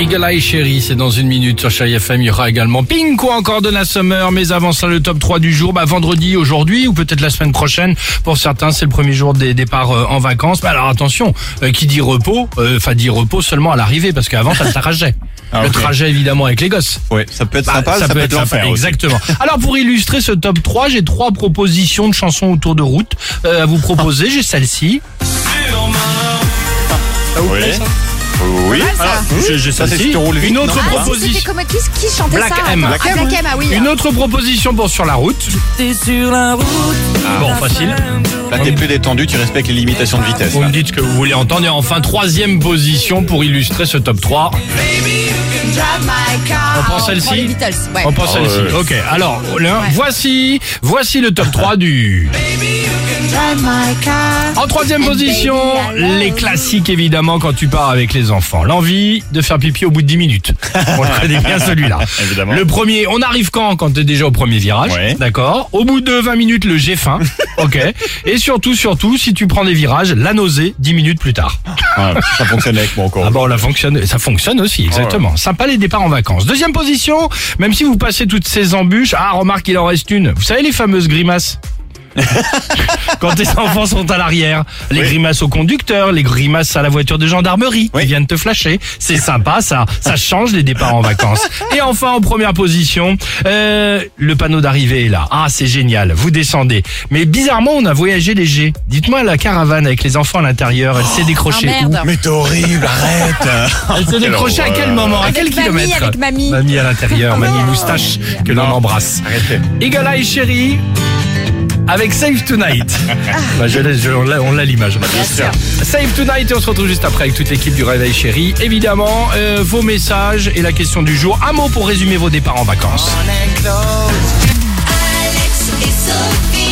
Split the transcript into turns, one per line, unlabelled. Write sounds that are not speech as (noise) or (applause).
Eagle Eye Chérie, c'est dans une minute sur Chérie FM. Il y aura également Pink ou encore Donna Summer. Mais avant ça, le top 3 du jour, bah, vendredi, aujourd'hui ou peut-être la semaine prochaine. Pour certains, c'est le premier jour des départs euh, en vacances. Mais alors attention, euh, qui dit repos, euh, enfin dit repos seulement à l'arrivée parce qu'avant, t'as le trajet.
(laughs) Ah,
le
ok.
trajet évidemment avec les gosses.
Ouais, ça peut être
Bah,
sympa, ça, peut être,
sympa,
l'enfer. aussi.
Exactement.
(laughs)
Alors pour illustrer ce top 3, j'ai trois propositions de chansons autour de route euh, à vous proposer. J'ai celle-ci. Ça vous
Oui.
plaît, ça
Oui.
ça.
J'ai- j'ai
Ça,
ça,
c'est
c'est
si.
si tu roules vite.
Une autre
non
Ah,
Proposition.
c'était comment qui, qui chantait ça
Black M.
attends.
Black
Ah, Black M, ah oui.
Une autre proposition pour sur la route. Ah,
T'es sur la route.
Bon, facile.
Là, t'es plus détendu, tu respectes les limitations de vitesse.
Vous
là.
me dites ce que vous voulez entendre. Et enfin, troisième position pour illustrer ce top 3.
Ah,
On
prend celle-ci
les Beatles, ouais.
On pense
Ah
à celle-ci.
ouais.
Ok, alors, le- voici, voici le top 3 du...
Drive my car.
En troisième
And
position,
baby, I love
les
you.
classiques évidemment quand tu pars avec les enfants. L'envie de faire pipi au bout de 10 minutes. On le connaît bien celui-là.
(laughs) Évidemment.
Le premier, on arrive quand Quand t'es déjà au premier virage.
Ouais.
D'accord. Au bout de 20 minutes, le j'ai
(laughs)
faim. Ok. Et surtout, surtout, si tu prends des virages, la nausée 10 minutes plus tard.
Ah, ça fonctionne avec moi encore.
Ah bon, la fonctionne, ça fonctionne aussi,
Oh
exactement. Sympa les départs en vacances. Deuxième position, même si vous passez toutes ces embûches, ah, remarque, il en reste une. Vous savez les fameuses grimaces
(laughs)
Quand tes enfants sont à l'arrière, les
Oui.
grimaces au conducteur, les grimaces à la voiture de gendarmerie
Oui.
qui viennent te flasher. C'est sympa, ça. Ça change les départs en
(laughs)
vacances. Et enfin, en première position, euh, le panneau d'arrivée est là. Ah, c'est génial. Vous descendez. Mais bizarrement, on a voyagé léger. Dites-moi, la caravane avec les enfants à l'intérieur, elle
Oh,
s'est décrochée
Ah,
où
merde.
Mais t'es horrible, arrête
elle s'est
Quelle
décrochée à
horreur.
quel moment À
Avec
quel
mamie,
kilomètre
avec mamie. Oh.
Mamie à l'intérieur, mamie moustache que l'on
Non.
embrasse.
(laughs) Arrêtez.
Eagle Eye Chérie avec Save Tonight. Bah, je l'ai- je- on l'a- on l'a l'image.
Ah. sûr.
Save Tonight et on se retrouve juste après avec toute l'équipe du Réveil Chérie. Évidemment, euh, vos messages et la question du jour. Un mot pour résumer vos départs en vacances.
Alex et Sophie.